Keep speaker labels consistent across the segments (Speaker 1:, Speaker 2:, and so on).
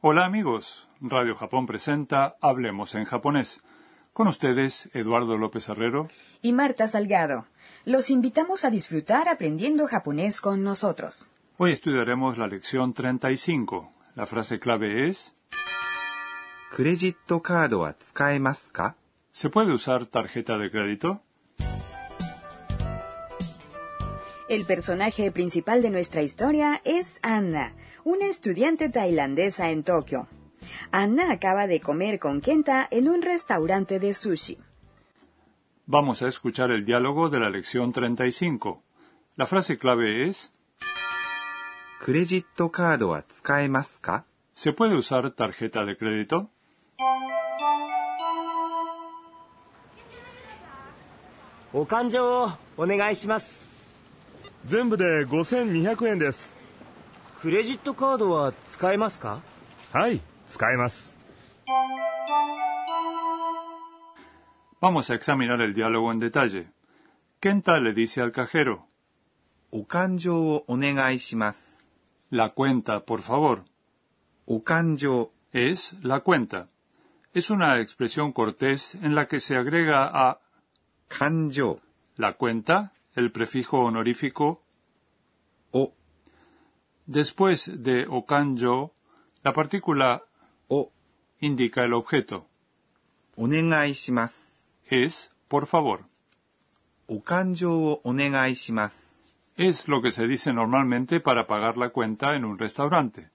Speaker 1: Hola amigos, Radio Japón presenta Hablemos en japonés. Con ustedes, Eduardo López Herrero.
Speaker 2: y Marta Salgado. Los invitamos a disfrutar aprendiendo japonés con nosotros.
Speaker 1: Hoy estudiaremos la lección 35. La frase clave es
Speaker 3: クレジットカードは使えますか
Speaker 1: ¿Se puede usar tarjeta de crédito?
Speaker 2: El personaje principal de nuestra historia es Anna, una estudiante tailandesa en Tokio. Anna acaba de comer con Kenta en un restaurante de sushi.
Speaker 1: Vamos a escuchar el diálogo de la lección 35. La frase clave es
Speaker 3: クレジットカードは使えますか
Speaker 1: ¿Se puede usar tarjeta de crédito?
Speaker 4: お勘定をお願いします
Speaker 5: 全部で5200円です
Speaker 4: クレジットカードは使えますか
Speaker 5: はい使えます
Speaker 1: Vamos a examinar el diálogo en detalle. Kenta le dice al cajero,
Speaker 3: お勘定をお願いします。
Speaker 1: la cuenta, por favor.
Speaker 3: お勘定
Speaker 1: es la cuenta. Es una expresión cortés en la que se agrega a
Speaker 3: 勘定
Speaker 1: la cuenta el prefijo honorífico
Speaker 3: を
Speaker 1: después de okanjo, la partícula
Speaker 3: を
Speaker 1: indica el objeto.
Speaker 3: お願いします。
Speaker 1: Es, por favor.
Speaker 3: お勘定をお願いします。
Speaker 1: Es lo que se dice normalmente para pagar la cuenta en un restaurante.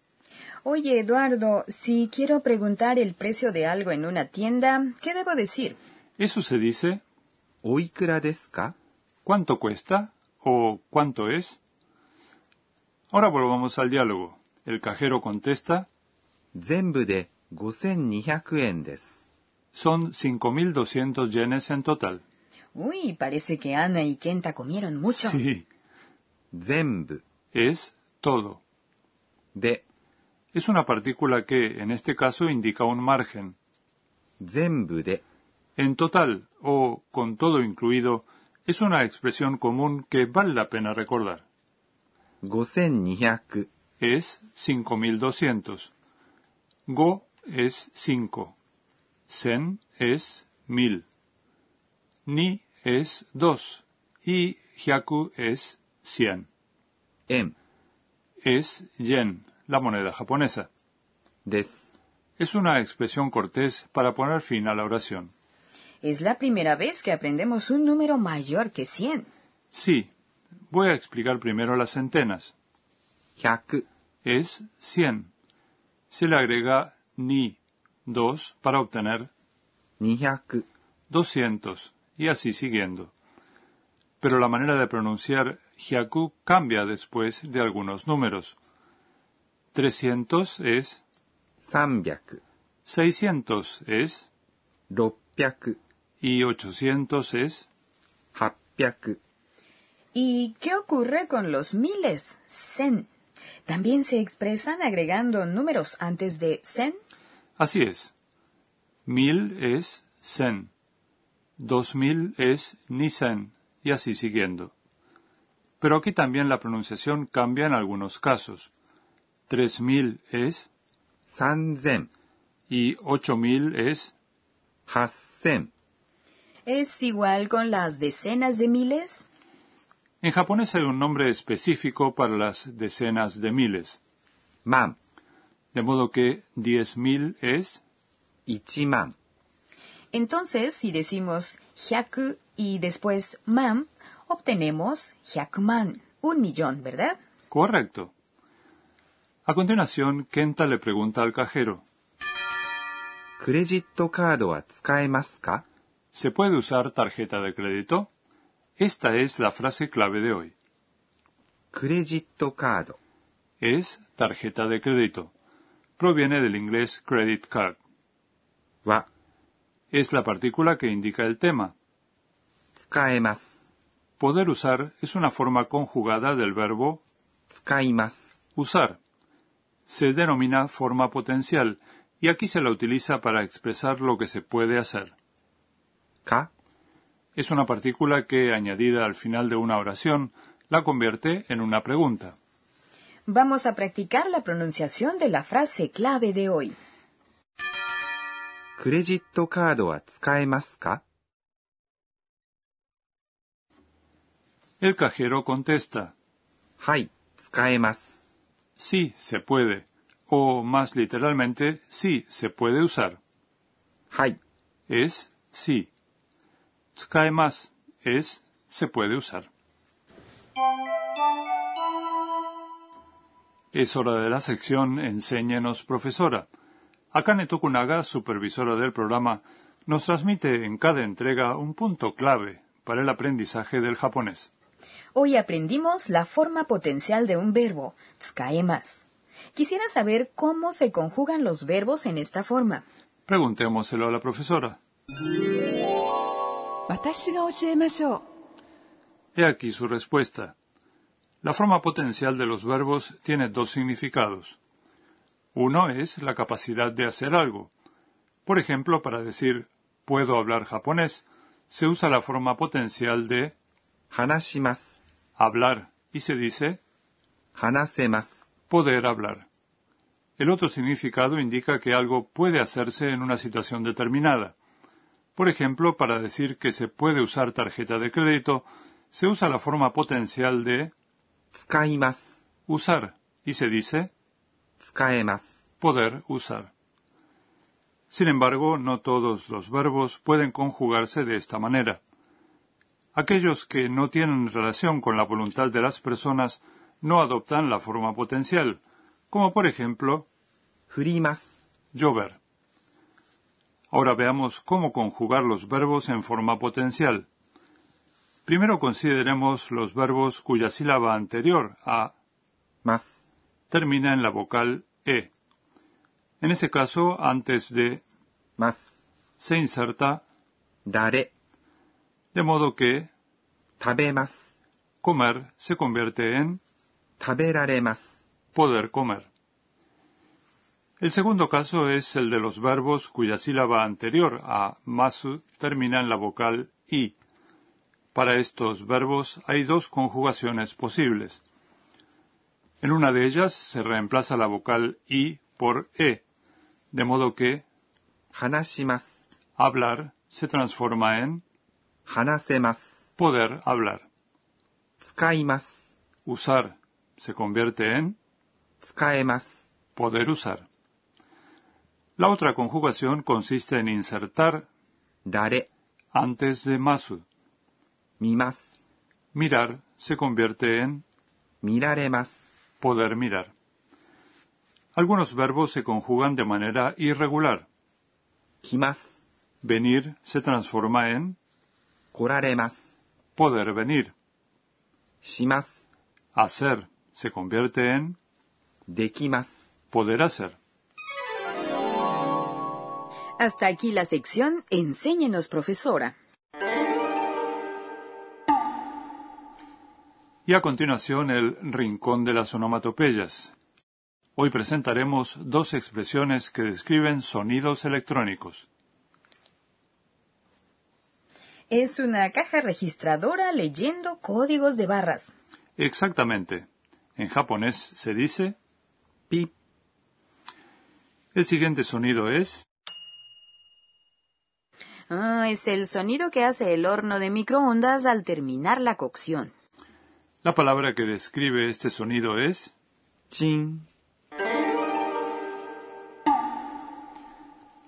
Speaker 2: Oye, Eduardo, si quiero preguntar el precio de algo en una tienda, ¿qué debo decir?
Speaker 1: Eso se dice
Speaker 3: おいくらですか
Speaker 1: ¿Cuánto cuesta? ¿O cuánto es? Ahora volvamos al diálogo. El cajero contesta,
Speaker 3: 全部で5200円です。
Speaker 1: son 5.200 yenes en total.
Speaker 2: Uy, parece que Anna y Kenta comieron mucho.
Speaker 1: Sí,
Speaker 3: 全部
Speaker 1: es todo.
Speaker 3: で
Speaker 1: Es una partícula que, en este caso, indica un margen.
Speaker 3: 全部で
Speaker 1: En total, o con todo incluido, es una expresión común que vale la pena recordar.
Speaker 3: 5200
Speaker 1: Es 5200. Go es 5. Sen es 1000. Ni es 2. Y hyaku es 100.
Speaker 3: 円
Speaker 1: Es yen, la moneda japonesa.
Speaker 3: です。
Speaker 1: Es una expresión cortés para poner fin a la oración.
Speaker 2: Es la primera vez que aprendemos un número mayor que 100.
Speaker 1: Sí. Voy a explicar primero las centenas.
Speaker 3: 100
Speaker 1: Es 100. Se le agrega ni 2 para obtener
Speaker 3: 200
Speaker 1: 200 y así siguiendo. Pero la manera de pronunciar hyaku cambia después de algunos números. 300 es,
Speaker 3: 300
Speaker 1: 600 es
Speaker 3: 600
Speaker 1: y 800 es.
Speaker 3: 800
Speaker 2: ¿Y qué ocurre con los miles? Sen. ¿También se expresan agregando números antes de sen?
Speaker 1: Así es. 1000 es sen. 2000 es nisen y así siguiendo. Pero aquí también la pronunciación cambia en algunos casos. 3000 es
Speaker 3: 3000
Speaker 1: y 8000 es
Speaker 3: 8000
Speaker 2: ¿Es igual con las decenas de miles?
Speaker 1: En japonés hay un nombre específico para las decenas de miles,
Speaker 3: 万
Speaker 1: de modo que 10.000 es,
Speaker 3: 1万
Speaker 2: Entonces, si decimos hyaku y después man, obtenemos hyakuman, un millón, ¿verdad?
Speaker 1: correcto. A continuación, Kenta le pregunta al cajero,
Speaker 3: クレジットカードは使えますか
Speaker 1: ¿se puede usar tarjeta de crédito? Esta es la frase clave de hoy.
Speaker 3: クレジットカード
Speaker 1: Es tarjeta de crédito. Proviene del inglés credit card.
Speaker 3: は
Speaker 1: Es la partícula que indica el tema.
Speaker 3: 使えます。
Speaker 1: Poder usar es una forma conjugada del verbo
Speaker 3: 使います。
Speaker 1: Usar. Se denomina forma potencial y aquí se la utiliza para expresar lo que se puede hacer.
Speaker 3: か
Speaker 1: Es una partícula que, añadida al final de una oración, la convierte en una pregunta.
Speaker 2: Vamos a practicar la pronunciación de la frase clave de hoy.
Speaker 3: クレジットカードは使えますか
Speaker 1: El cajero contesta,
Speaker 3: はい、使えます。
Speaker 1: sí se puede, o más literalmente, sí se puede usar.
Speaker 3: はい、
Speaker 1: Es sí. Tsukaemas es se puede usar. Es hora de la sección Enséñenos, profesora. Akane Tokunaga, supervisora del programa, nos transmite en cada entrega un punto clave para el aprendizaje del japonés.
Speaker 2: Hoy aprendimos la forma potencial de un verbo, tsukaemas. Quisiera saber cómo se conjugan los verbos en esta forma.
Speaker 1: Preguntémoselo a la profesora.
Speaker 6: 私が教えましょう
Speaker 1: He aquí su respuesta. La forma potencial de los verbos tiene dos significados. Uno es la capacidad de hacer algo. Por ejemplo, para decir puedo hablar japonés, se usa la forma potencial de
Speaker 3: 話します。
Speaker 1: hablar y se dice
Speaker 3: 話せます。
Speaker 1: poder hablar. El otro significado indica que algo puede hacerse en una situación determinada. Por ejemplo, para decir que se puede usar tarjeta de crédito, se usa la forma potencial de
Speaker 3: 使います。
Speaker 1: usar y se dice
Speaker 3: 使えます。
Speaker 1: poder usar. Sin embargo, no todos los verbos pueden conjugarse de esta manera. Aquellos que no tienen relación con la voluntad de las personas no adoptan la forma potencial, como por ejemplo
Speaker 3: 振ります。
Speaker 1: llover. Ahora veamos cómo conjugar los verbos en forma potencial. Primero consideremos los verbos cuya sílaba anterior a
Speaker 3: ます。
Speaker 1: termina en la vocal E. En ese caso, antes de
Speaker 3: ます。
Speaker 1: se inserta
Speaker 3: 誰、
Speaker 1: de modo que
Speaker 3: 食べます。
Speaker 1: comer se convierte en
Speaker 3: 食べられます。
Speaker 1: poder comer. El segundo caso es el de los verbos cuya sílaba anterior a masu termina en la vocal i. Para estos verbos hay dos conjugaciones posibles. En una de ellas se reemplaza la vocal i por e, de modo que
Speaker 3: 話します。
Speaker 1: hablar se transforma en
Speaker 3: 話せます。
Speaker 1: poder hablar.
Speaker 3: 使います。
Speaker 1: Usar se convierte en
Speaker 3: 使えます。
Speaker 1: poder usar. La otra conjugación consiste en insertar
Speaker 3: 誰、
Speaker 1: antes de masu.
Speaker 3: 見ます。
Speaker 1: Mirar se convierte en
Speaker 3: 見られます。
Speaker 1: poder mirar. Algunos verbos se conjugan de manera irregular.
Speaker 3: 来ます。
Speaker 1: Venir se transforma en
Speaker 3: 来られます。
Speaker 1: poder venir.
Speaker 3: します。
Speaker 1: Hacer se convierte en
Speaker 3: できます。
Speaker 1: poder hacer.
Speaker 2: Hasta aquí la sección Enséñenos, profesora.
Speaker 1: Y a continuación el rincón de las onomatopeyas. Hoy presentaremos dos expresiones que describen sonidos electrónicos.
Speaker 2: Es una caja registradora leyendo códigos de barras.
Speaker 1: Exactamente. En japonés se dice
Speaker 3: ピッ、
Speaker 1: el siguiente sonido es
Speaker 2: Ah, es el sonido que hace el horno de microondas al terminar la cocción.
Speaker 1: La palabra que describe este sonido es
Speaker 3: チン。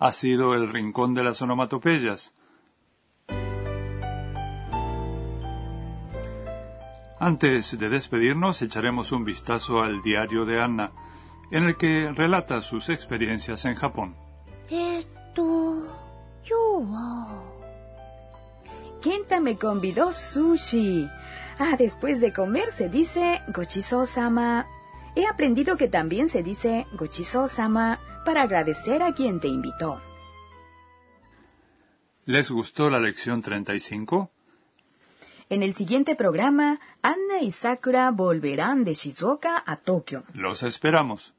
Speaker 1: ha sido el rincón de las onomatopeyas. Antes de despedirnos, echaremos un vistazo al diario de Anna, en el que relata sus experiencias en Japón.
Speaker 7: えーっと、今日は、
Speaker 2: Kenta me convidó sushi. Ah, después de comer se dice gochiso-sama. He aprendido que también se dice gochiso-sama para agradecer a quien te invitó.
Speaker 1: ¿Les gustó la lección 35?
Speaker 2: En el siguiente programa, Anna y Sakura volverán de Shizuoka a Tokio.
Speaker 1: Los esperamos.